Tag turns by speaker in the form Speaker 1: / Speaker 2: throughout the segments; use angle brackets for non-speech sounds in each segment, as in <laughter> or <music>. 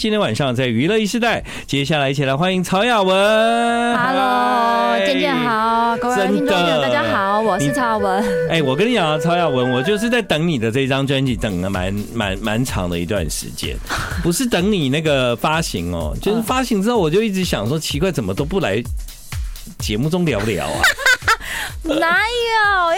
Speaker 1: 今天晚上在娱乐一时代，接下来一起来欢迎曹雅文。
Speaker 2: Hello，
Speaker 1: 嗨
Speaker 2: 健健。好，各位
Speaker 1: 真的
Speaker 2: 听众朋友大家好，我
Speaker 1: 你
Speaker 2: 是曹文。
Speaker 1: 哎、我跟你讲啊，曹雅文，我就是在等你的这张专辑，等了蛮蛮蛮长的一段时
Speaker 2: <laughs>
Speaker 1: 间，不是等你那个发行哦，就是发行之后，我就一直想说，奇怪，怎么都不来节目中聊聊
Speaker 2: <laughs>
Speaker 1: 啊？
Speaker 2: 哪有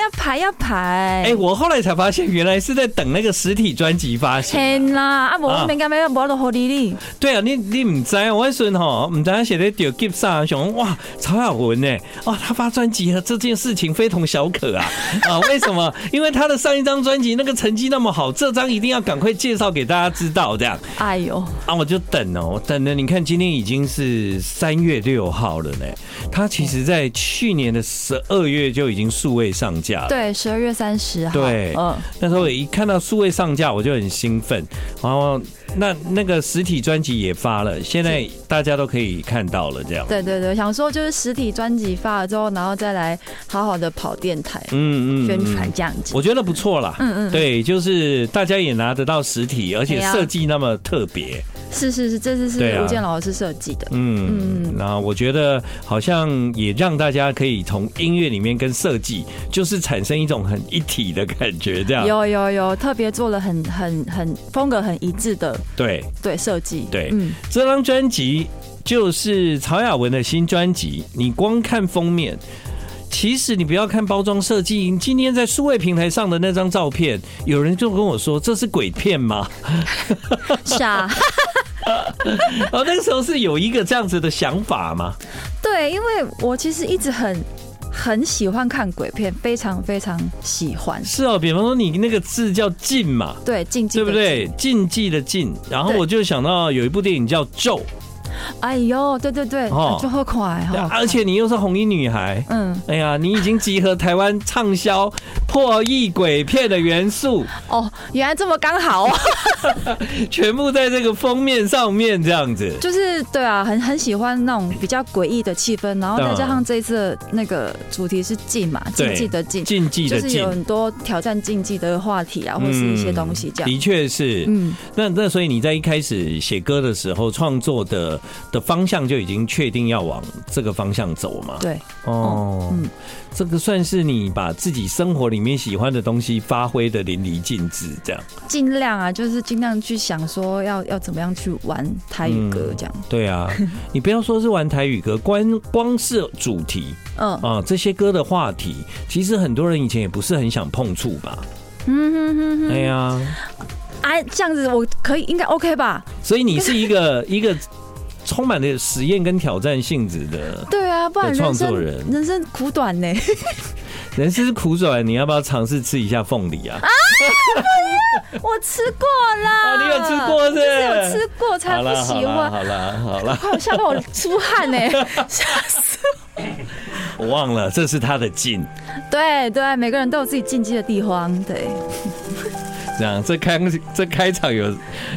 Speaker 2: 要排要排？
Speaker 1: 哎、我后来才发现，原来是在等那个实体专辑发行。
Speaker 2: 天啦，啊无
Speaker 1: 啊
Speaker 2: 我明干咩无都好你哩，
Speaker 1: 对啊，你你唔知我迄阵吼，唔知他写的丢 g i v 上啊想哇，曹雅文呢，哦，他发专辑了，这件事情非同小可啊 <laughs> 啊！为什么？因为他的上一张专辑那个成绩那么好，这张一定要赶快介绍给大家知道，这样
Speaker 2: 哎呦，
Speaker 1: 啊，我就等哦，我等了。你看今天已经是三月六号了呢，他其实在去年的十二月就已经数位上架了。
Speaker 2: 对，十二月三十号，
Speaker 1: 对
Speaker 2: 嗯，
Speaker 1: 那时候我一看到数位上架，我就很兴奋。然后那那个实体专辑也发了，现在大家都可以看到了，这样。
Speaker 2: 对对对，想说就是实体专辑发了之后，然后再来好好的跑电台
Speaker 1: 嗯
Speaker 2: 宣传。这样子
Speaker 1: 我。觉得不错啦，
Speaker 2: 嗯嗯
Speaker 1: 对，就是大家也拿得到实体，而且
Speaker 2: 对啊
Speaker 1: 设计那么特别，
Speaker 2: 是是是，这次是
Speaker 1: 对啊
Speaker 2: 吴建老师设计的。
Speaker 1: 嗯，那我觉得好像也让大家可以从音乐里面跟设计，就是产生一种很一体的感觉，这样，
Speaker 2: 有有有，特别做了很很很风格很一致的
Speaker 1: 对，
Speaker 2: 对设计，嗯
Speaker 1: 对，这张专辑就是曹雅文的新专辑。你光看封面，其实你不要看包装设计。你今天在数位平台上的那张照片，有人就跟我说这是鬼片吗？ <laughs>
Speaker 2: 傻。
Speaker 1: 哦，那个时候是有一个这样子的想法吗？
Speaker 2: 对，因为我其实一直很很喜欢看鬼片，非常非常喜欢。
Speaker 1: 是哦，比方说你那个字叫禁嘛。
Speaker 2: 对，禁忌
Speaker 1: 对
Speaker 2: 的
Speaker 1: 不对？禁忌的禁，然后
Speaker 2: 对
Speaker 1: 我就想到有一部电影叫《咒
Speaker 2: 禁？哎呦，对对对，
Speaker 1: 哦
Speaker 2: 就喝快，》，好好看
Speaker 1: 而且你又是红衣女孩，
Speaker 2: 嗯，
Speaker 1: 哎呀，你已经集合台湾畅销破译鬼片的元素，
Speaker 2: 哦，原来这么刚好哦， <laughs>
Speaker 1: 全部在这个封面上面这样子。
Speaker 2: 就是对啊，很很喜欢那种比较诡异的气氛，然后
Speaker 1: 当
Speaker 2: 再
Speaker 1: 然
Speaker 2: 加上这一次的那个主题是禁嘛，禁
Speaker 1: 对
Speaker 2: 忌的禁，
Speaker 1: 禁忌的
Speaker 2: 就是有
Speaker 1: 禁，嗯
Speaker 2: 很多挑战禁忌的话题啊，或是一些东西这样。
Speaker 1: 的确是。
Speaker 2: 嗯，
Speaker 1: 那那所以你在一开始写歌的时候，创作的的方向就已经确定要往这个方向走嘛？
Speaker 2: 对，
Speaker 1: 哦，
Speaker 2: 嗯
Speaker 1: 这个算是你把自己生活里面喜欢的东西发挥的淋漓尽致，这样。
Speaker 2: 尽量啊，就是尽量去想说要要怎么样去玩台语歌这样。
Speaker 1: 对啊， <laughs> 你不要说是玩台语歌，光光是主题
Speaker 2: 嗯
Speaker 1: 啊，这些歌的话题，其实很多人以前也不是很想碰触吧？
Speaker 2: 嗯哼哼哼。
Speaker 1: 哎呀、
Speaker 2: 哎，这样子我可以应该 OK 吧？
Speaker 1: 所以你是一个
Speaker 2: <laughs>
Speaker 1: 一个充满了实验跟挑战性质的
Speaker 2: 对啊，不然
Speaker 1: 对创
Speaker 2: 人
Speaker 1: 作
Speaker 2: 生
Speaker 1: 人
Speaker 2: 人生苦短呢。
Speaker 1: 人，是苦短，你要不要尝试吃一下凤梨啊？
Speaker 2: <laughs> 我吃过啦，
Speaker 1: 啊你有吃过是不是
Speaker 2: 就是有吃过才
Speaker 1: 好
Speaker 2: 不
Speaker 1: 啦好
Speaker 2: 喜
Speaker 1: 啦
Speaker 2: 欢。
Speaker 1: 好啦好啦，
Speaker 2: 快，我吓到我出
Speaker 1: <laughs>
Speaker 2: 汗呢， <laughs> 吓死我！
Speaker 1: 我忘了，这是他的劲。
Speaker 2: 对对，每个人都有自己禁忌的地方。对，
Speaker 1: 哦这样，这开这开场有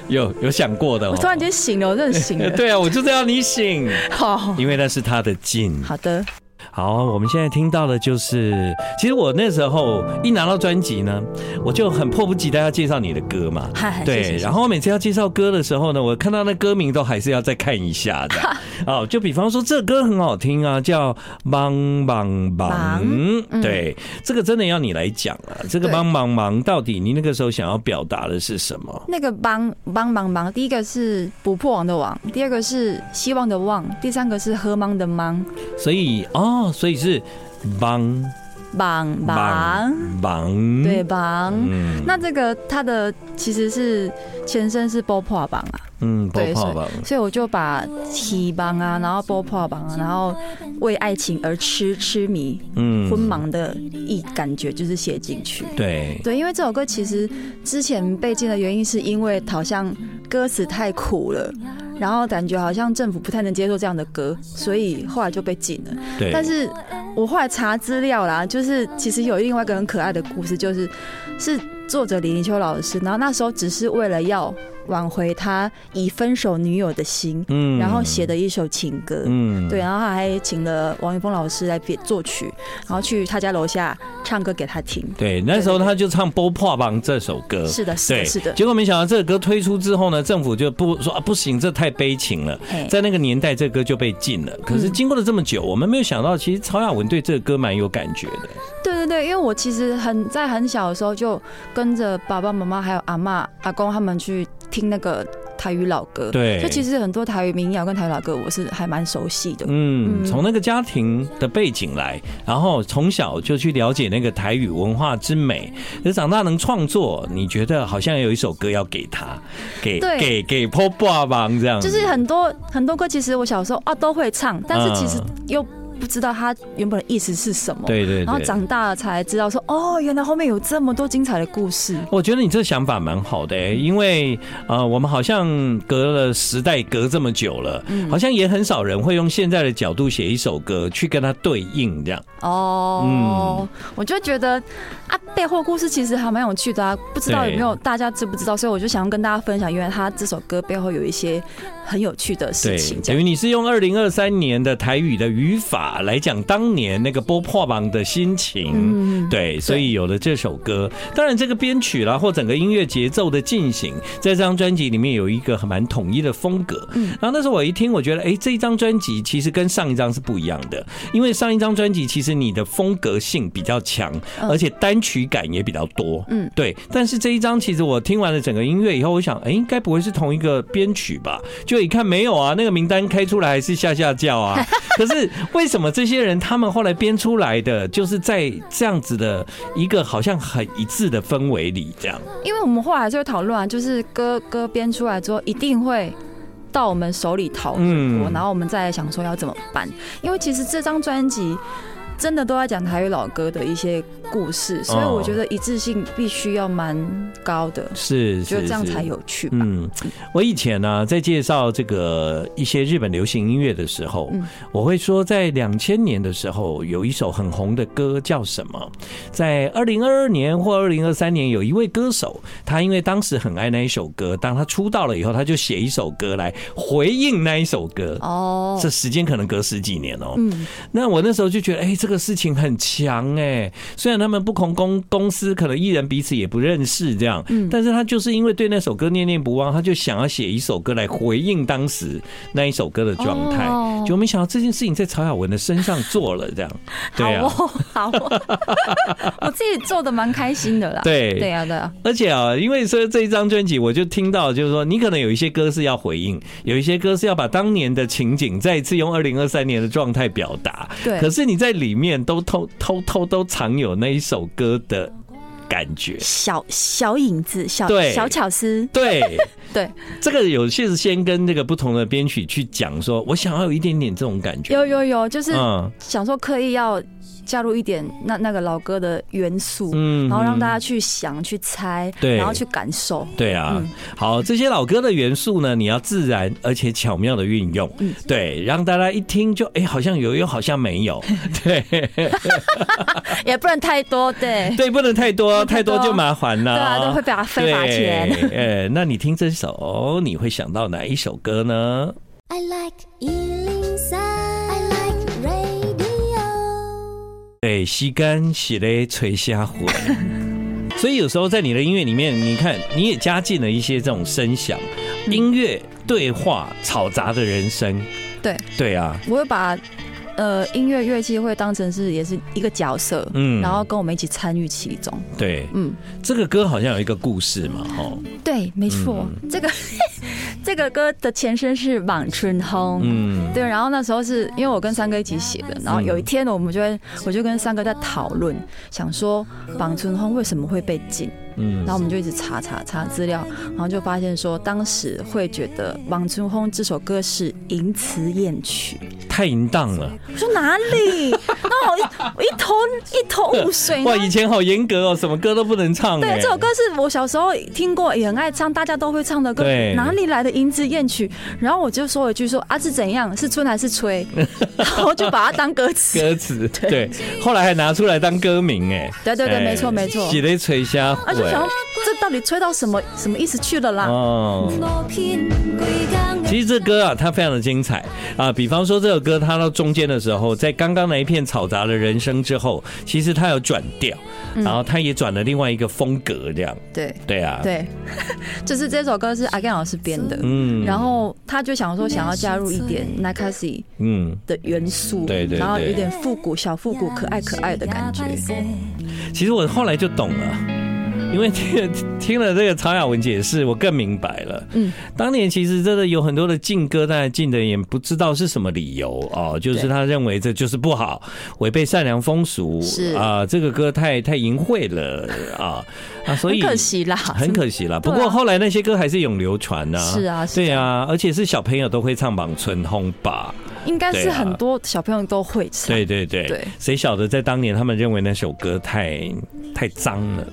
Speaker 1: 有有想过的、哦
Speaker 2: 我突然间醒了，我真的醒了。
Speaker 1: <laughs> 对啊，我就是要你醒，
Speaker 2: 好
Speaker 1: 因为那是他的劲。
Speaker 2: 好的，
Speaker 1: 好，我们现在听到的就是，其实我那时候一拿到专辑呢，我就很迫不及待要介绍你的歌嘛。
Speaker 2: 嗨，谢谢
Speaker 1: 对，然后每次要介绍歌的时候呢，我看到那歌名都还是要再看一下的。
Speaker 2: <laughs>
Speaker 1: 哦，就比方说这歌很好听啊，叫《帮帮忙
Speaker 2: 忙》。嗯
Speaker 1: 对，这个真的要你来讲啊，这个
Speaker 2: 对
Speaker 1: 帮帮忙到底你那个时候想要表达的是什么？
Speaker 2: 那个帮帮忙忙，第一个是不破网的网，第二个是希望的望，第三个是喝忙的忙，
Speaker 1: 所以哦，所以是帮
Speaker 2: 帮忙。
Speaker 1: 忙，
Speaker 2: 对，帮。
Speaker 1: 嗯
Speaker 2: 那这个它的其实是前身是波破榜啊，
Speaker 1: 嗯，不
Speaker 2: 对
Speaker 1: 泡吧。
Speaker 2: 所以我就把提帮啊，然后波破榜啊，然后为爱情而痴痴迷、
Speaker 1: 嗯
Speaker 2: 昏茫的一感觉就是写进去。
Speaker 1: 对，
Speaker 2: 对，因为这首歌其实之前被禁的原因是因为好像歌词太苦了，然后感觉好像政府不太能接受这样的歌，所以后来就被禁了。
Speaker 1: 对，
Speaker 2: 但是我后来查资料啦，就是其实有另外一个很可爱的故事，就是是作者李林秋老师，然后那时候只是为了要挽回他已分手女友的心，
Speaker 1: 嗯
Speaker 2: 然后写，的一首情歌。
Speaker 1: 嗯
Speaker 2: 对，，然啊后他还请了王云峰老师来编作曲，然后去他家楼下唱歌给他听。
Speaker 1: 对，那时候他就唱《波破榜》这首歌，
Speaker 2: 是的，是
Speaker 1: 对，
Speaker 2: 的，是的。
Speaker 1: 结果没想到这个歌推出之后呢，政府就不说啊，不行，这太悲情了。
Speaker 2: 嘿
Speaker 1: 在那个年代，这歌就被禁
Speaker 2: 嗯
Speaker 1: 了。可是经过了这么久，我们没有想到，其实曹雅文对这个歌蛮有感觉的。
Speaker 2: 对对对，因为我其实很在很小的时候就跟着爸爸妈妈还有阿嬷、阿公他们去听那个台语老歌，
Speaker 1: 对
Speaker 2: 所以其实很多台语民谣跟台语老歌我是还蛮熟悉的。
Speaker 1: 嗯，
Speaker 2: 嗯
Speaker 1: 从那个家庭的背景来，然后从小就去了解那个台语文化之美。那长大能创作，你觉得好像有一首歌要给他，给
Speaker 2: 对
Speaker 1: 给给破爸爸这样子，
Speaker 2: 就是很多很多歌，其实我小时候啊都会唱，但是其实
Speaker 1: 嗯
Speaker 2: 又不知道它原本的意思是什么。
Speaker 1: 对对
Speaker 2: 然后
Speaker 1: 对。
Speaker 2: 长大了才知道说，哦，原来后面有这么多精彩的故事。
Speaker 1: 我觉得你这想法蛮好的、欸，因为呃，我们好像隔了时代隔这么久了，好像也很少人会用现在的角度写一首歌去跟它对应这样。
Speaker 2: 哦，我就觉得啊，背后故事其实还蛮有趣的啊，不知道有没有大家知不知道，所以我就想要跟大家分享，因为他这首歌背后有一些很有趣的事
Speaker 1: 对
Speaker 2: 情，。这
Speaker 1: 等
Speaker 2: 样
Speaker 1: 于你是用二零二三年的台语的语法来讲当年那个波破榜的心情。
Speaker 2: 嗯，
Speaker 1: 对，所以有了这首歌，当然这个编曲啦，或整个音乐节奏的进行，在这张专辑里面有一个很蛮统一的风格。嗯，然后那时候我一听，我觉得，哎、这一张专辑其实跟上一张是不一样的，因为上一张专辑其实你的风格性比较强，
Speaker 2: 嗯
Speaker 1: 而且单曲感也比较多。
Speaker 2: 嗯，
Speaker 1: 对。但是这一张其实我听完了整个音乐以后，我想，哎、应该不会是同一个编曲吧？就一看没有啊，那个名单开出来还是下下叫啊。 <laughs> 可是为什么这些人他们后来编出来的，就是在这样子的一个好像很一致的氛围里，这样？
Speaker 2: 因为我们后来还是会讨论啊，就是歌歌编出来之后，一定会到我们手里讨论过，
Speaker 1: 嗯
Speaker 2: 然后我们再来想说要怎么办。因为其实这张专辑真的都在讲台语老歌的一些故事，所以
Speaker 1: 哦
Speaker 2: 我觉得一致性必须要蛮高的，
Speaker 1: 是，
Speaker 2: 觉
Speaker 1: 是
Speaker 2: 得这样
Speaker 1: 是
Speaker 2: 才有趣吧。
Speaker 1: 嗯，我以前呢、在介绍这个一些日本流行音乐的时候，
Speaker 2: 嗯
Speaker 1: 我会说，在两千年的时候，有一首很红的歌叫什么？在二零二二年或二零二三年，有一位歌手，他因为当时很爱那一首歌，当他出道了以后，他就写一首歌来回应那一首歌。
Speaker 2: 哦，
Speaker 1: 这时间可能隔十几年哦、
Speaker 2: 嗯，
Speaker 1: 那我那时候就觉得，哎、这个事情很强哎、虽然他们不同公公司，可能艺人彼此也不认识这样，
Speaker 2: 嗯
Speaker 1: 但是他就是因为对那首歌念念不忘，他就想要写一首歌来回应当时那一首歌的状态。
Speaker 2: 哦
Speaker 1: 就没想到这件事情在曹雅文的身上做了
Speaker 2: <laughs>
Speaker 1: 这样，对啊，
Speaker 2: 好哦， <laughs> 好哦， <laughs> 我自己做的蛮开心的啦。
Speaker 1: 对
Speaker 2: 对啊，对啊，
Speaker 1: 而且啊，因为说这一张专辑，我就听到就是说，你可能有一些歌是要回应，有一些歌是要把当年的情景再一次用二零二三年的状态表达。
Speaker 2: 对啊
Speaker 1: 可是你在里面都偷偷偷都藏有那一首歌的感觉。
Speaker 2: 小小影子，小
Speaker 1: 对
Speaker 2: 小巧思，
Speaker 1: 对，
Speaker 2: 对，
Speaker 1: 这个有些是先跟这个不同的编曲去讲，说我想要有一点点这种感觉。
Speaker 2: 有有有，就是
Speaker 1: 嗯
Speaker 2: 想说刻意要加入一点那那个老歌的元素，
Speaker 1: 嗯
Speaker 2: 然后让大家去想、去猜，
Speaker 1: 对
Speaker 2: 然后去感受。
Speaker 1: 对啊，
Speaker 2: 嗯
Speaker 1: 好，这些老歌的元素呢，你要自然而且巧妙的运用，
Speaker 2: 嗯
Speaker 1: 对，让大家一听就哎、好像有，又好像没有，对
Speaker 2: 也不能太多，对
Speaker 1: 对，不能太多，
Speaker 2: 不能
Speaker 1: 太
Speaker 2: 太多
Speaker 1: 多就麻烦了，
Speaker 2: 对啊，都会被他非罚钱。
Speaker 1: 对。哎，那你听这首，你会想到哪一首歌呢？
Speaker 3: I like Ealing Sound. I like radio.
Speaker 1: 对，哎吸干洗嘞，垂下魂。
Speaker 2: <laughs>
Speaker 1: 所以有时候在你的音乐里面，你看你也加进了一些这种声响、
Speaker 2: 嗯
Speaker 1: 音乐、对话、吵杂的人声。
Speaker 2: 对，
Speaker 1: 对啊，
Speaker 2: 我会把呃音乐乐器会当成是也是一个角色，
Speaker 1: 嗯，
Speaker 2: 然后跟我们一起参与其中。
Speaker 1: 对，
Speaker 2: 嗯，
Speaker 1: 这个歌好像有一个故事嘛，哈，
Speaker 2: 对，没错，这个 <laughs> 这个歌的前身是《莽春红》。
Speaker 1: 嗯，
Speaker 2: 对，然后那时候是因为我跟三哥一起写的，然后有一天呢，我们就会，我就跟三哥在讨论，想说绑春红为什么会被禁，
Speaker 1: 嗯
Speaker 2: 然后我们就一直查查查资料，然后就发现说，当时会觉得绑春红这首歌是淫词艳曲，
Speaker 1: 太淫荡了，
Speaker 2: 我说哪里？ <laughs> 那我一我一头一头
Speaker 1: <laughs>
Speaker 2: 雾水，
Speaker 1: 哇，以前好严格哦，什么歌都不能唱、哎
Speaker 2: 哎对，这首歌是我小时候听过，也很爱唱，大家都会唱的歌
Speaker 1: 对，
Speaker 2: 哪里来的音字艳曲？然后我就说了一句说啊是怎样，是春还是吹？
Speaker 1: <laughs>
Speaker 2: 然后就把它当歌词。 <laughs>
Speaker 1: 歌词，对，后来还拿出来当歌名、哎，
Speaker 2: 对对对
Speaker 1: 哎
Speaker 2: 没错没错
Speaker 1: 洗嘞垂下哎
Speaker 2: 而且我想这到底吹到什么什么意思去了啦？
Speaker 1: 哦。其实这歌啊，它非常的精彩啊。比方说这首歌，它到中间的时候，在刚刚那一片嘈杂的人声之后，其实它有转调，
Speaker 2: 嗯
Speaker 1: 然后它也转了另外一个风格，这样。
Speaker 2: 对 <laughs>
Speaker 1: 对啊，，
Speaker 2: 对，就是这首歌是阿甘老师编的，
Speaker 1: 嗯
Speaker 2: 然后他就想说想要加入一点 Nakasi
Speaker 1: 嗯。
Speaker 2: 的元素，
Speaker 1: 对对对
Speaker 2: 然后有点复古、小复古、可爱可爱的感觉。
Speaker 1: 其实我后来就懂了。因为听了听了这个曹雅文解释，我更明白了。嗯
Speaker 2: 嗯，
Speaker 1: 当年其实真的有很多的禁歌，但禁的也不知道是什么理由哦，就是
Speaker 2: 对
Speaker 1: 他认为这就是不好，违背善良风俗，
Speaker 2: 是
Speaker 1: 啊、这个歌太太淫秽了啊啊，所
Speaker 2: 很
Speaker 1: 以
Speaker 2: 可惜啦，
Speaker 1: 很可惜啦。不
Speaker 2: 对啊
Speaker 1: 过后来那些歌还是永流传呐、
Speaker 2: 是啊是啊
Speaker 1: 对啊，而且是小朋友都会唱《莽村红吧》。
Speaker 2: 应该
Speaker 1: 对
Speaker 2: 是
Speaker 1: 啊
Speaker 2: 很多小朋友都会唱。
Speaker 1: 对对对，
Speaker 2: 对
Speaker 1: 谁晓得在当年他们认为那首歌太太脏了。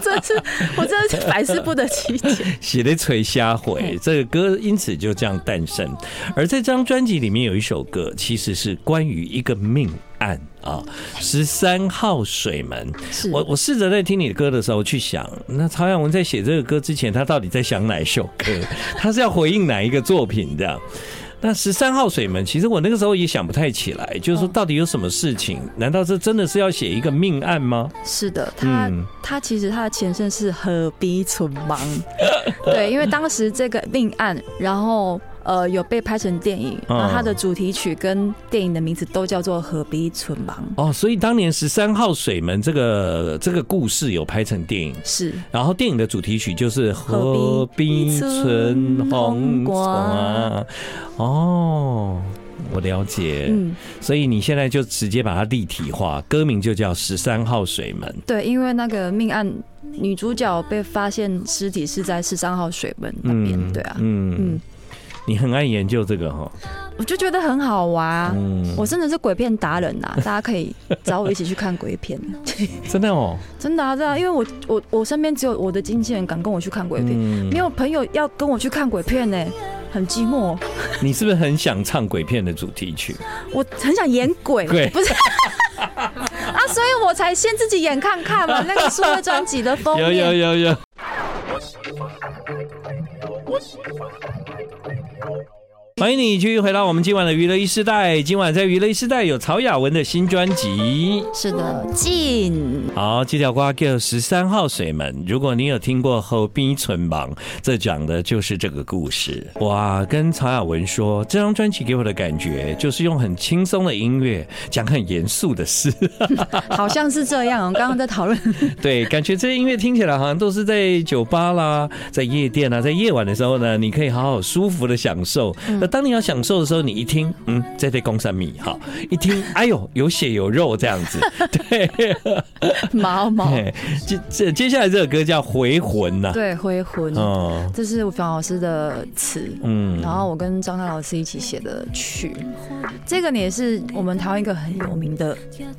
Speaker 1: 这样
Speaker 2: <laughs> 真是我真的是百思不得其解。
Speaker 1: 写的垂瞎回，这个歌因此就这样诞生。而在这张专辑里面有一首歌，其实是关于一个命案啊，十三号水门。
Speaker 2: <laughs> 是
Speaker 1: 我我试着在听你的歌的时候去想，那曹雅文在写这个歌之前，他到底在想哪一首歌？他是要回应哪一个作品这样？那十三号水门，其实我那个时候也想不太起来，就是说到底有什么事情？难道这真的是要写一个命案吗？
Speaker 2: 是的，他、
Speaker 1: 嗯
Speaker 2: 他其实他的前身是何必存亡， <laughs> 对，因为当时这个命案，然后。呃，有被拍成电影，
Speaker 1: 嗯
Speaker 2: 然后它的主题曲跟电影的名字都叫做《何必存亡
Speaker 1: 哦，所以当年十三号水门这个这个故事有拍成电影。》，
Speaker 2: 是
Speaker 1: 然后电影的主题曲就是《何
Speaker 2: 何
Speaker 1: 必
Speaker 2: 必
Speaker 1: 存
Speaker 2: 存
Speaker 1: 红
Speaker 2: 红
Speaker 1: 瓜
Speaker 2: 瓜》
Speaker 1: 哦，我了解，
Speaker 2: 嗯，
Speaker 1: 所以你现在就直接把它立体化，歌名就叫《十三号水门》。
Speaker 2: 对，因为那个命案女主角被发现尸体是在十三号水门那边，对啊，
Speaker 1: 嗯
Speaker 2: 嗯，
Speaker 1: 你很爱研究这个哈，
Speaker 2: 我就觉得很好玩啊、
Speaker 1: 嗯，
Speaker 2: 我真的是鬼片达人呐、大家可以找我一起去看鬼片。
Speaker 1: 真的哦，
Speaker 2: 真的啊，对啊，因为我我我身边只有我的经纪人敢跟我去看鬼片，
Speaker 1: 嗯
Speaker 2: 没，有朋友要跟我去看鬼片呢、很寂寞。
Speaker 1: 你是不是很想唱鬼片的主题曲？
Speaker 2: 我很想演鬼，
Speaker 1: 鬼 <laughs>
Speaker 2: 不是啊，所以我才先自己演看看嘛。那个数位专辑的封
Speaker 1: 有
Speaker 2: 面，
Speaker 1: 有有有。欢迎你继续回到我们今晚的娱乐一时代。今晚在娱乐一时代有曹雅文的新专辑，
Speaker 2: 是的，进
Speaker 1: 好，这条瓜叫十三号水门。如果你有听过《后逼存亡》，这讲的就是这个故事。哇，跟曹雅文说，这张专辑给我的感觉就是用很轻松的音乐讲很严肃的事。
Speaker 2: 好像是这样。我刚刚在讨论，
Speaker 1: <laughs> 对，感觉这些音乐听起来好像都是在酒吧啦，在夜店啊，在夜晚的时候呢，你可以好好舒服的享受。那当你要享受的时候，你一听，嗯，这对公山米好，一听， <laughs> 哎呦，有血有肉这样子。对，
Speaker 2: 毛毛
Speaker 1: 嘿接这接下来这首歌叫《回魂》呐。
Speaker 2: 对回魂，
Speaker 1: 哦，
Speaker 2: 这是冯老师的词，
Speaker 1: 嗯
Speaker 2: 然后我跟张大老师一起写的曲，这个呢也是我们台湾一个很有名的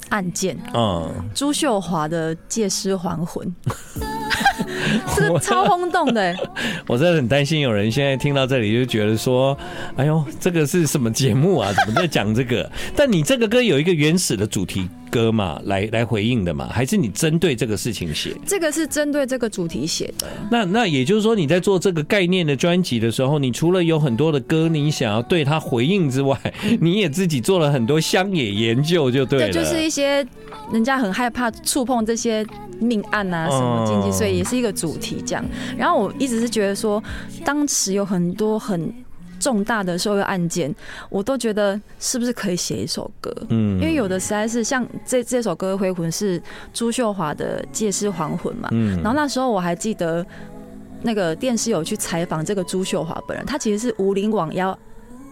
Speaker 2: 案件，
Speaker 1: 嗯，
Speaker 2: 朱秀华的《借尸还魂》，这个超轰动的、欸，
Speaker 1: 我真的很担心有人现在听到这里就觉得说，哎呦，这个是什么节目啊？怎么在讲这个？ <laughs> 但你这个歌有一个原始的主题歌嘛，来来回应的嘛，还是你针对这个事情写？
Speaker 2: 这个是针对这个主题写的。
Speaker 1: 那那也就是说，你在做这个概念的专辑的时候，你除了有很多的歌你想要对它回应之外，你也自己做了很多乡野研究，就对了。
Speaker 2: 就是一些人家很害怕触碰这些命案啊什么禁忌，
Speaker 1: 哦
Speaker 2: 所以也是一个主题这样。然后我一直是觉得说，当时有很多很重大的社会案件，我都觉得是不是可以写一首歌？
Speaker 1: 嗯
Speaker 2: 因为有的实在是像这这首歌《回魂》是朱秀华的《借尸还魂》嘛，
Speaker 1: 嗯
Speaker 2: 然后那时候我还记得，那个电视有去采访这个朱秀华本人，他其实是无灵网妖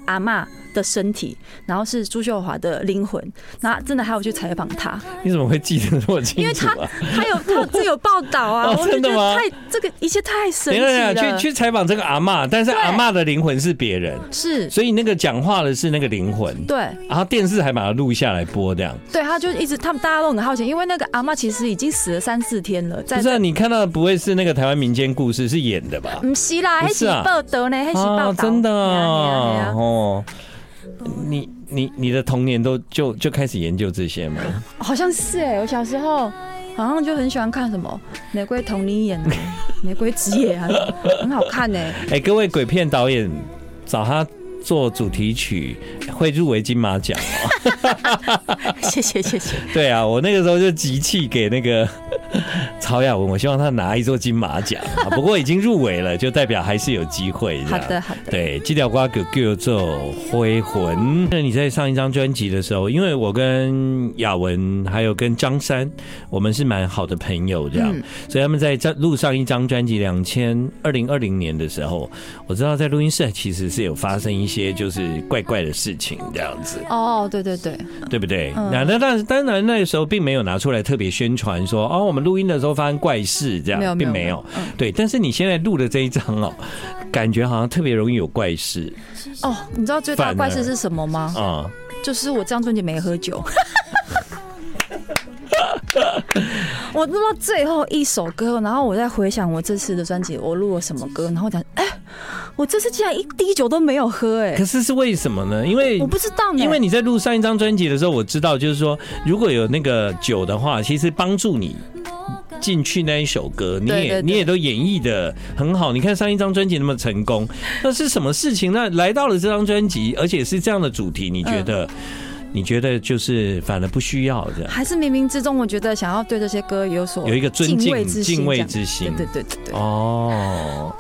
Speaker 2: 阿嬷的身体，然后是朱秀华的灵魂。那真的还有去采访他，
Speaker 1: 你怎么会记得这么
Speaker 2: 因
Speaker 1: 清
Speaker 2: 为
Speaker 1: 楚
Speaker 2: 他
Speaker 1: 啊？
Speaker 2: 他有他这有报道啊，
Speaker 1: <laughs> 哦
Speaker 2: 我就
Speaker 1: 真的
Speaker 2: 觉
Speaker 1: 吗
Speaker 2: 得太这个一切太神
Speaker 1: 等一
Speaker 2: 奇
Speaker 1: 下等一下，<laughs>
Speaker 2: 了。
Speaker 1: 去去采访这个阿嬷，但是阿嬷的灵魂是别人，
Speaker 2: 是，
Speaker 1: 所以那个讲话的是那个灵魂。
Speaker 2: 对
Speaker 1: 然后电视还把它录下来播，这样
Speaker 2: 对，他就一直他们大家都很好奇，因为那个阿嬷其实已经死了三四天了，在
Speaker 1: 不是、啊、你看到的不会是那个台湾民间故事是演的吧？
Speaker 2: 不是啦，
Speaker 1: 不
Speaker 2: 黑
Speaker 1: 是
Speaker 2: 起
Speaker 1: 啊哦
Speaker 2: 报道呢，黑起报道，
Speaker 1: 真的
Speaker 2: 嘿啊嘿啊
Speaker 1: 啊
Speaker 2: 嘿啊
Speaker 1: 哦，你 <laughs> 你你的童年都就就开始研究这些吗？
Speaker 2: 欸好像是哎，我小时候好像就很喜欢看什么《玫瑰童林 <laughs> 眼》啊，《玫瑰之夜》啊，很好看欸呢、
Speaker 1: 哎、各位鬼片导演找他做主题曲会入围金马奖哦。
Speaker 2: <laughs> 谢谢谢谢，
Speaker 1: 对啊，我那个时候就集气给那个 <laughs> 曹雅文，我希望他拿一座金马奖、啊，不过已经入围了，就代表还是有机会。
Speaker 2: <laughs> 好的。好的，
Speaker 1: 对，这条瓜葛叫做《灰魂》。那你在上一张专辑的时候，因为我跟雅文还有跟张三，我们是蛮好的朋友，这样，
Speaker 2: 嗯
Speaker 1: 所以他们在这录上一张专辑，两千二零二零年的时候，我知道在录音室其实是有发生一些就是怪怪的事情，这样子，
Speaker 2: 哦，对对对，
Speaker 1: 对不对？
Speaker 2: 嗯
Speaker 1: 那那但是当然那个时候并没有拿出来特别宣传说哦，我们录音的时候发生怪事这样，
Speaker 2: 没有
Speaker 1: 并
Speaker 2: 没
Speaker 1: 没有
Speaker 2: 有。，嗯
Speaker 1: 对，但是你现在录的这一张哦，感觉好像特别容易有怪事
Speaker 2: 哦，你知道最大的怪
Speaker 1: 反
Speaker 2: 事
Speaker 1: 而
Speaker 2: 是什么吗？
Speaker 1: 啊。
Speaker 2: 就是我这张专辑没喝酒。 <laughs> 我录到最后一首歌，然后我再回想我这次的专辑，我录了什么歌，然后我讲，哎、我这次竟然一滴酒都没有喝、欸
Speaker 1: 可是是为什么呢？因为
Speaker 2: 哎，我不知道呢，
Speaker 1: 因为你在录上一张专辑的时候，我知道就是说，如果有那个酒的话，其实帮助你进去那一首歌，你也
Speaker 2: 对对对
Speaker 1: 你也都演绎的很好。你看上一张专辑那么成功，那是什么事情？那来到了这张专辑，而且是这样的主题，你觉
Speaker 2: 嗯
Speaker 1: 得？你觉得就是反而不需要这
Speaker 2: <laughs>
Speaker 1: 样，
Speaker 2: 还是冥冥之中，我觉得想要对这些歌有所
Speaker 1: 有一个尊敬
Speaker 2: 畏之心，
Speaker 1: 敬畏之心
Speaker 2: 这样对对对对对，
Speaker 1: 哦，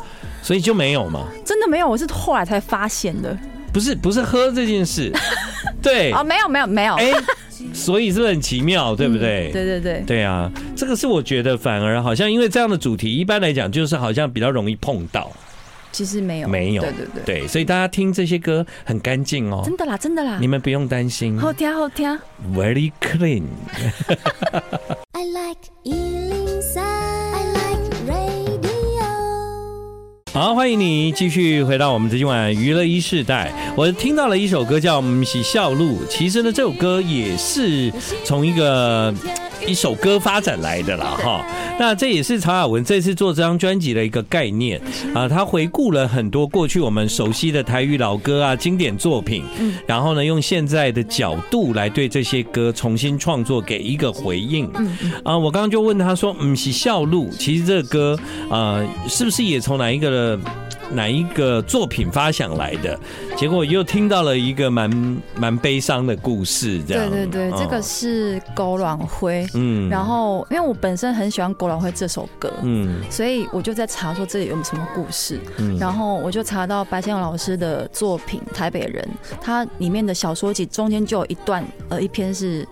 Speaker 1: 所以就没有嘛？
Speaker 2: 真的没有，我是后来才发现的。
Speaker 1: 不是不是喝这件
Speaker 2: <laughs>
Speaker 1: 事，对，
Speaker 2: 哦，没有没有没有，
Speaker 1: 哎，所以是不是很奇妙，对不对？
Speaker 2: 嗯对对对，
Speaker 1: 对啊，这个是我觉得反而好像因为这样的主题，一般来讲就是好像比较容易碰到，
Speaker 2: 其实没有
Speaker 1: 没有
Speaker 2: 对对对，
Speaker 1: 对，所以大家听这些歌很干净哦，
Speaker 2: 真的啦真的啦
Speaker 1: 你，们不用担心
Speaker 2: 好听好听，
Speaker 1: ，very clean。
Speaker 3: I like Ealing Sound. I like radio.
Speaker 1: 好，欢迎你继续回到我们今晚娱乐一世代。我听到了一首歌叫《嗯喜笑路》，其实呢，这首歌也是从一个嗯一首歌发展来的啦，哈。那这也是曹雅文这次做这张专辑的一个概念啊，他回顾了很多过去我们熟悉的台语老歌啊、经典作品，
Speaker 2: 嗯
Speaker 1: 然后呢，用现在的角度来对这些歌重新创作，给一个回应。
Speaker 2: 嗯
Speaker 1: 啊，我刚刚就问他说，嗯，是笑路，其实这个歌，呃，是不是也从哪一个的哪一个作品发想来的？结果又听到了一个蛮蛮悲伤的故事，这样。
Speaker 2: 对对对，这个
Speaker 1: 嗯
Speaker 2: 是狗卵灰。
Speaker 1: 嗯
Speaker 2: 然后，因为我本身很喜欢《狗卵灰》这首歌，
Speaker 1: 嗯
Speaker 2: 所以我就在查说这里有什么故事。
Speaker 1: 嗯
Speaker 2: 然后我就查到白先勇老师的作品《台北人》，它里面的小说集中间就有一段，呃，一篇是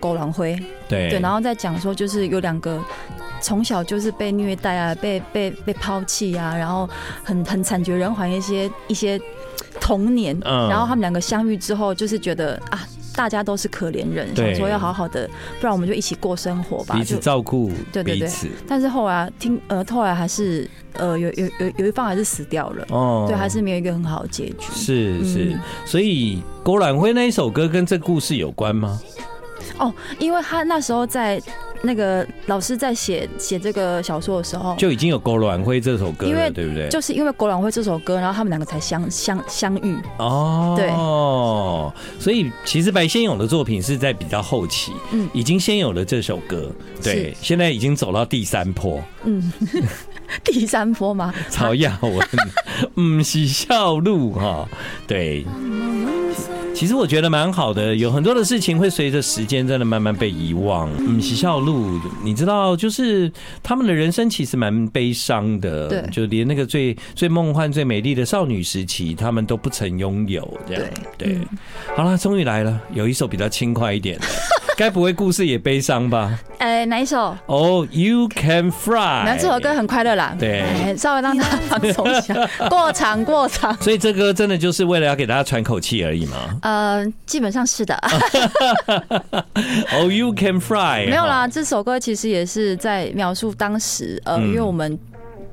Speaker 2: 狗狼灰，
Speaker 1: 对
Speaker 2: 对，然后再讲说就是有两个从小就是被虐待啊，被被被抛弃啊，然后很很惨绝人寰一些一些童年，
Speaker 1: 嗯
Speaker 2: 然后他们两个相遇之后，就是觉得啊。大家都是可怜人，
Speaker 1: 对
Speaker 2: 想说要好好的，不然我们就一起过生活吧。
Speaker 1: 彼
Speaker 2: 就
Speaker 1: 此照顾
Speaker 2: 对对
Speaker 1: 彼
Speaker 2: 对
Speaker 1: 此
Speaker 2: 但是后来听呃，后来还是呃有有有有一方还是死掉了，
Speaker 1: 哦
Speaker 2: 对，还是没有一个很好的结局。
Speaker 1: 是是，
Speaker 2: 嗯
Speaker 1: 所以郭兰辉那一首歌跟这故事有关吗？
Speaker 2: 因为他那时候在那个老师在写写这个小说的时候，
Speaker 1: 就已经有郭兰辉这首歌
Speaker 2: 因为
Speaker 1: 了，对不对？
Speaker 2: 就是因为《狗狼会》这首歌，然后他们两个才相相相遇。 <laughs>
Speaker 1: 哦，对，所以其实白先勇的作品是在比较后期，
Speaker 2: 嗯
Speaker 1: 已经先有了这首歌，对，现在已经走到第三波。
Speaker 2: 嗯，第三波吗？
Speaker 1: <laughs> 曹雅文，嗯，喜笑路哈，对，其实我觉得蛮好的，有很多的事情会随着时间真的慢慢被遗忘。嗯，喜笑路，你知道，就是他们的人生其实蛮悲伤的，
Speaker 2: 对
Speaker 1: 就连那个最最梦幻、最美丽的少女时期，他们都不曾拥有，这样
Speaker 2: 对嗯
Speaker 1: 对。好啦，终于来了，有一首比较轻快一点的，该不会故事也悲伤
Speaker 2: <laughs>
Speaker 1: 吧？
Speaker 2: 哎、哪一首？
Speaker 1: 哦、y o u can fly，
Speaker 2: 那这首歌很快乐啦，
Speaker 1: 哎对
Speaker 2: 哎稍微让他放松一
Speaker 1: <laughs>
Speaker 2: 下，过场过场。
Speaker 1: 所以这歌真的就是为了要给大家喘口气而已嘛。
Speaker 2: 呃，基本上是的，
Speaker 1: 哎 Oh, you can fly。
Speaker 2: 没有啦。这首歌其实也是在描述当时，呃，
Speaker 1: 嗯
Speaker 2: 因为我们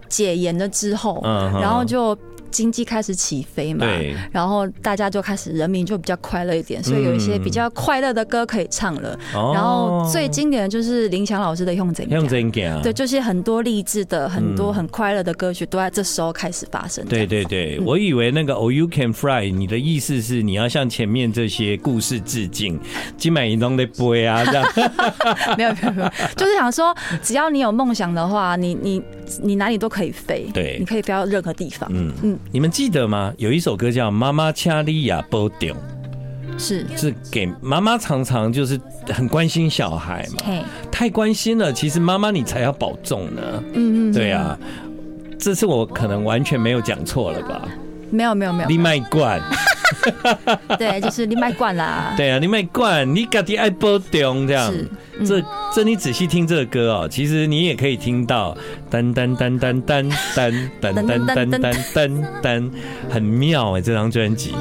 Speaker 2: 解严了之后，
Speaker 1: 嗯哼
Speaker 2: 然后就经济开始起飞嘛，
Speaker 1: 对，嗯
Speaker 2: 然后大家就开始人民就比较快乐一点，所以有一些比较快乐的歌可以唱了。
Speaker 1: 哦
Speaker 2: 然后最经典的就是林强老师的《用怎样
Speaker 1: 用》，真讲，
Speaker 2: 对，就是很多励志的、很多
Speaker 1: 嗯
Speaker 2: 很快乐的歌曲都在这时候开始发生。
Speaker 1: 对对
Speaker 2: 嗯
Speaker 1: 对，我以为那个 Oh You Can Fly，你的意思是你要向前面这些故事致敬，金满银中的杯啊，
Speaker 2: <laughs>
Speaker 1: 这样
Speaker 2: 没有没有没 <laughs> 有，就是想说，只要你有梦想的话，你你你哪里都可以飞，
Speaker 1: 对
Speaker 2: 你可以飞到任何地方。
Speaker 1: 嗯
Speaker 2: 嗯
Speaker 1: 你们记得吗？有一首歌叫《妈妈恰利亚波丢》，
Speaker 2: 是，
Speaker 1: 是给妈妈常常就是很关心小孩嘛，
Speaker 2: 嘿，
Speaker 1: 太关心了，其实妈妈你才要保重呢。
Speaker 2: 嗯嗯，
Speaker 1: 对啊，这次我可能完全没有讲错了吧？
Speaker 2: 没有没有没
Speaker 1: <laughs> 你卖罐，
Speaker 2: 有，对，就是你卖惯啦，
Speaker 1: 对啊，你卖罐，你家己爱波丢这样。
Speaker 2: 是，
Speaker 1: 这这你仔细听这个歌哦，其实你也可以听到噔噔噔噔噔噔噔噔噔噔噔噔，很妙哎，这张专辑。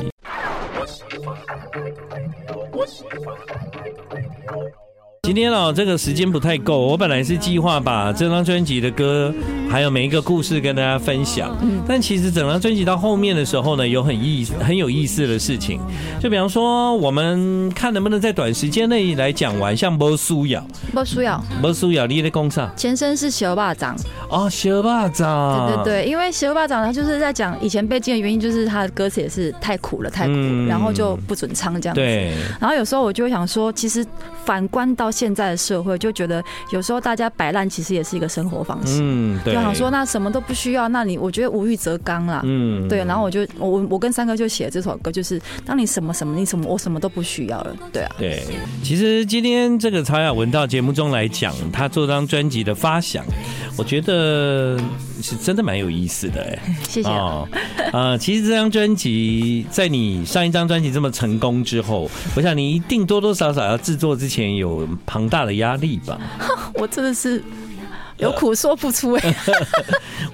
Speaker 1: 今天哦，这个时间不太够，我本来是计划把这张专辑的歌，还有每一个故事跟大家分享。但其实整张专辑到后面的时候呢，有很意很有意思的事情，就比方说，我们看能不能在短时间内来讲完，像波苏咬，
Speaker 2: 不需要。
Speaker 1: 波苏咬你的工上
Speaker 2: 前身是蛇霸掌，
Speaker 1: 哦，小巴掌，
Speaker 2: 对对对，因为蛇霸掌他就是在讲以前被禁的原因，就是他的歌词也是太苦了，太苦了，
Speaker 1: 嗯
Speaker 2: 然后就不准唱这样子。
Speaker 1: 对
Speaker 2: 然后有时候我就会想说，其实反观到现在的社会，就觉得有时候大家摆烂其实也是一个生活方式。
Speaker 1: 嗯，对，
Speaker 2: 就想说，那什么都不需要，那你我觉得无欲则刚啦。
Speaker 1: 嗯
Speaker 2: 对，然后我就我我我跟三哥就写了这首歌，就是当你什么什么你什么我什么都不需要了，对啊，
Speaker 1: 对，其实今天这个曹雅文到节目中来讲，他这张专辑的发想，我觉得是真的蛮有意思的哎、
Speaker 2: 谢谢啊、
Speaker 1: 哦，呃，其实这张专辑在你上一张专辑这么成功之后，我想你一定多多少少要制作之前有庞大的压力吧。
Speaker 2: 我真的是有苦说不出
Speaker 1: <laughs>
Speaker 2: 哎、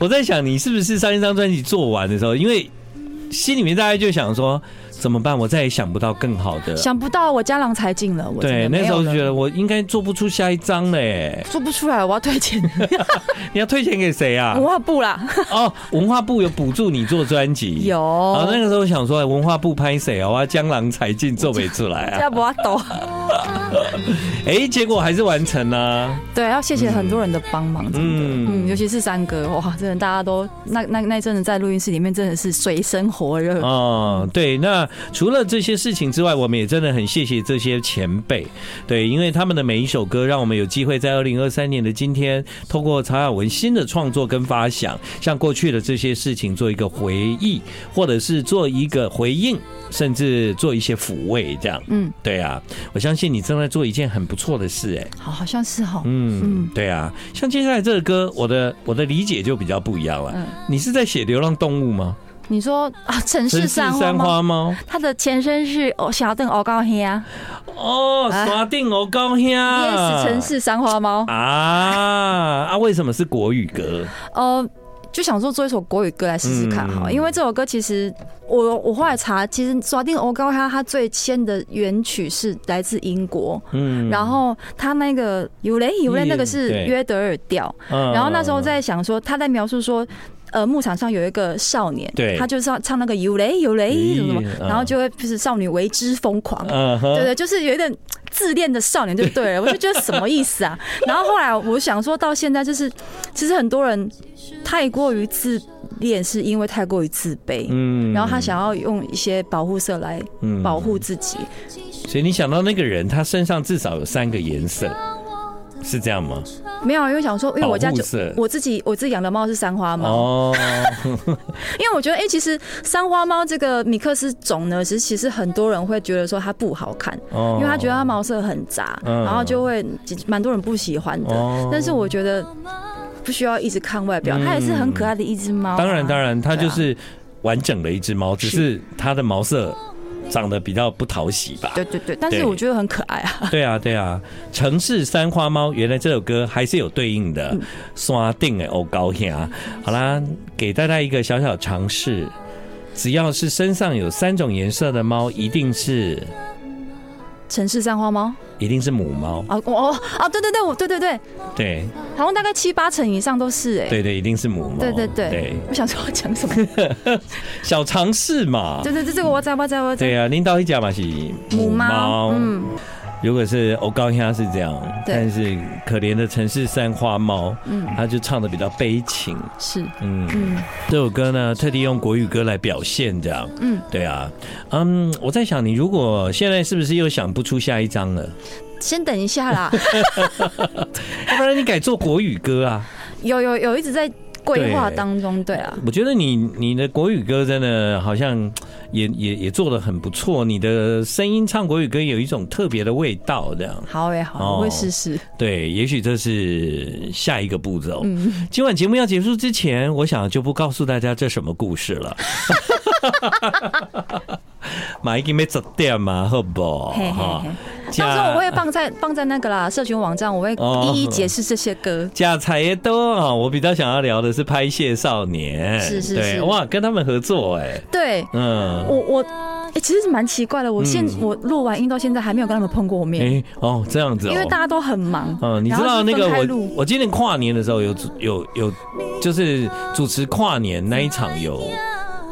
Speaker 1: 我在想，你是不是上一张专辑做完的时候，因为心里面大概就想说，怎么办？我再也想不到更好的。
Speaker 2: 想不到我家郎才尽了，我真
Speaker 1: 对，
Speaker 2: 的
Speaker 1: 那
Speaker 2: 没
Speaker 1: 时
Speaker 2: 有
Speaker 1: 候就觉
Speaker 2: 了
Speaker 1: 得我应该做不出下一张哎嘞。
Speaker 2: 做不出来，我要退
Speaker 1: <laughs>
Speaker 2: 钱，
Speaker 1: 你要退钱给谁啊
Speaker 2: 文？化部啦，
Speaker 1: <laughs> 哦，文化部有补助你做专辑。。
Speaker 2: 有，
Speaker 1: 啊，那个时候想说，文化部拍谁啊？我要江郎才尽做没出
Speaker 2: <laughs>
Speaker 1: 来
Speaker 2: 这
Speaker 1: 啊？
Speaker 2: 样不要抖，
Speaker 1: 哎，结果还是完成啊啦、
Speaker 2: 对，要谢谢很多人的帮忙，真的。嗯，
Speaker 1: 嗯
Speaker 2: 尤其是三哥，哇，真的，大家都那那那一阵子在录音室里面真的是水深火 <laughs> 热，
Speaker 1: 哦，对，那除了这些事情之外，我们也真的很谢谢这些前辈，对，因为他们的每一首歌，让我们有机会在二零二三年的今天，透过曹雅文新的创作跟发想，向过去的这些事情做一个回忆，或者是做一个回应，甚至做一些抚慰，这样。
Speaker 2: 嗯，
Speaker 1: 对啊，我相信你正在做一件很不错的事、哎，
Speaker 2: 好，好像是哈，
Speaker 1: 嗯
Speaker 2: 嗯，
Speaker 1: 对啊，像接下来这个歌，我的我的理解就比较不一样了。
Speaker 2: 嗯
Speaker 1: 你是在写流浪动物吗？
Speaker 2: 你说啊，城市山花
Speaker 1: 山
Speaker 2: 吗？
Speaker 1: 花猫。
Speaker 2: 它的前身是哦，小邓敖高黑啊
Speaker 1: 哦，
Speaker 2: 啊
Speaker 1: 刷定我高兄。
Speaker 2: ，yes，城市山花猫，
Speaker 1: 啊啊！为什么是国语歌？
Speaker 2: 呃，就想说做一首国语歌来试试看哈，
Speaker 1: 嗯
Speaker 2: 因为这首歌其实我我后来查，其实抓定欧高他他最先的原曲是来自英国，
Speaker 1: 嗯
Speaker 2: 然后他那个尤雷尤雷那个是
Speaker 1: 对
Speaker 2: 约德尔调，
Speaker 1: 嗯
Speaker 2: 然后那时候在想说他在描述说。呃，牧场上有一个少年，
Speaker 1: 对
Speaker 2: 他就是要唱那个尤雷尤雷
Speaker 1: 咦
Speaker 2: 什么什么，
Speaker 1: 嗯
Speaker 2: 然后就会就是少女为之疯狂，
Speaker 1: 嗯
Speaker 2: 对
Speaker 1: 哼，
Speaker 2: 对，就是有一点自恋的少年就对
Speaker 1: <laughs>
Speaker 2: 了，我就觉得什么意思啊？然后后来我想说，到现在就是，其实很多人太过于自恋，是因为太过于自卑，
Speaker 1: 嗯
Speaker 2: 然后他想要用一些保护色来
Speaker 1: 嗯
Speaker 2: 保护自己。
Speaker 1: 所以你想到那个人，他身上至少有三个颜色，是这样吗？
Speaker 2: 没有，啊因为想说，因为我家
Speaker 1: 保护
Speaker 2: 就
Speaker 1: 色
Speaker 2: 我自己我自己养的猫是三花猫，
Speaker 1: 哦，
Speaker 2: 因为我觉得，哎、其实三花猫这个米克斯种呢，其实其实很多人会觉得说它不好看，
Speaker 1: 因
Speaker 2: 因为他觉得它毛色很杂，
Speaker 1: 哦嗯
Speaker 2: 然后就会蛮多人不喜欢的。
Speaker 1: 哦
Speaker 2: 但是我觉得不需要一直看外表，
Speaker 1: 嗯
Speaker 2: 它也是很可爱的一只猫
Speaker 1: <laughs>
Speaker 2: 啊、
Speaker 1: 当然当然，它
Speaker 2: 对啊
Speaker 1: 就是完整的一只猫，只是它的毛色长得比较不讨喜吧。
Speaker 2: 对对对，但是
Speaker 1: 对
Speaker 2: 我觉得很可爱啊。
Speaker 1: 对啊，对啊，城市三花猫，原来这首歌还是有对应
Speaker 2: 嗯
Speaker 1: 的，刷定的欧高呀。好啦，给大家一个小小尝试，只要是身上有三种颜色的猫，一定是
Speaker 2: 城市三花猫
Speaker 1: 一定是母猫。
Speaker 2: 啊啊，哦哦哦，对对对，我对对对，
Speaker 1: 对，
Speaker 2: 好像大概七八成以上都是哎、
Speaker 1: 对对，一定是母猫。
Speaker 2: 对对对我想说我讲什么？
Speaker 1: 小尝试嘛。
Speaker 2: 对对对，这个我知道我知道我知道
Speaker 1: 对啊，领导一家嘛是
Speaker 2: 母猫，嗯，
Speaker 1: 如果是欧高香是这样，
Speaker 2: 对
Speaker 1: 但是可怜的城市三花猫，
Speaker 2: 嗯
Speaker 1: 嗯，他就唱的比较悲情，
Speaker 2: 是，
Speaker 1: 嗯，
Speaker 2: 嗯
Speaker 1: 这首歌呢特地用国语歌来表现，这样，
Speaker 2: 嗯。
Speaker 1: 对啊，嗯，我在想你如果现在是不是又想不出下一张了？
Speaker 2: 先等一下啦，
Speaker 1: 要不然你改做国语歌啊？
Speaker 2: 有有有一直在规划当中，对啊，
Speaker 1: 我觉得你你的国语歌真的好像也也也做的很不错，你的声音唱国语歌有一种特别的味道，这样，
Speaker 2: 好哎、好，
Speaker 1: 哦
Speaker 2: 我会试试。
Speaker 1: 对，也许这是下一个步骤，
Speaker 2: 嗯，
Speaker 1: 今晚节目要结束之前，我想就不告诉大家这什么故事
Speaker 2: <laughs>
Speaker 1: 了。马已经没走掉嘛，好不好？
Speaker 2: 嘿嘿
Speaker 1: 哈
Speaker 2: 嘿，，
Speaker 1: 假
Speaker 2: 到时候我会放在放在那个啦，社群网站，我会
Speaker 1: 啊哦
Speaker 2: 一一解释这些歌。
Speaker 1: 假彩也多啊！我比较想要聊的是拍戏少年，
Speaker 2: 是是
Speaker 1: 对
Speaker 2: 是
Speaker 1: 哇，跟他们合作哎、
Speaker 2: 对
Speaker 1: 嗯，
Speaker 2: 我我哎、其实是蛮奇怪的，我现、
Speaker 1: 嗯
Speaker 2: 我录完音到现在还没有跟他们碰过
Speaker 1: 哎、
Speaker 2: 面，
Speaker 1: 哦这样子哦，
Speaker 2: 因为大家都很忙。
Speaker 1: 嗯，你知
Speaker 2: 然后
Speaker 1: 道
Speaker 2: 是
Speaker 1: 那个
Speaker 2: 分开
Speaker 1: 我
Speaker 2: 录
Speaker 1: 我今年跨年的时候有主有有就是主持跨年那一场有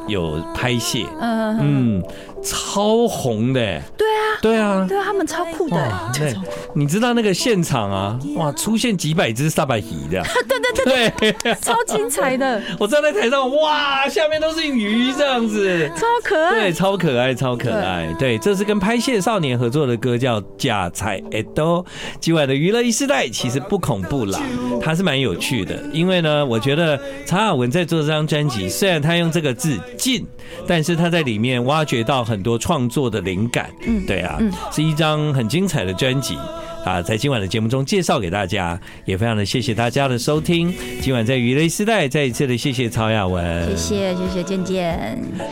Speaker 1: 有拍戏，
Speaker 2: 嗯、
Speaker 1: 嗯，超红的、
Speaker 2: 对啊，
Speaker 1: 对啊，
Speaker 2: 对啊，他们超酷的、
Speaker 1: 哇，
Speaker 2: 欸，
Speaker 1: 对，你知道那个现场啊，哇，出现几百只沙白鱼的， <laughs> 对对对对，
Speaker 2: 超精彩的，
Speaker 1: 我站在台上，哇，下面都是鱼这样子。
Speaker 2: 超可爱
Speaker 1: 对，。超可爱，超可爱。对，啊这是跟拍戏少年合作的歌，叫《假菜 e d o 今晚的娱乐一时代其实不恐怖啦，它是蛮有趣的。因为呢，我觉得查尔文在做这张专辑，虽然他用这个字“进”，但是他在里面挖掘到很多创作的灵感。嗯，对啊，是一张很精彩的专辑。啊，在今晚的节目中介绍给大家，也非常的谢谢大家的收听。今晚在娱乐时代，再一次的谢谢曹雅文，
Speaker 2: 谢谢谢谢健健。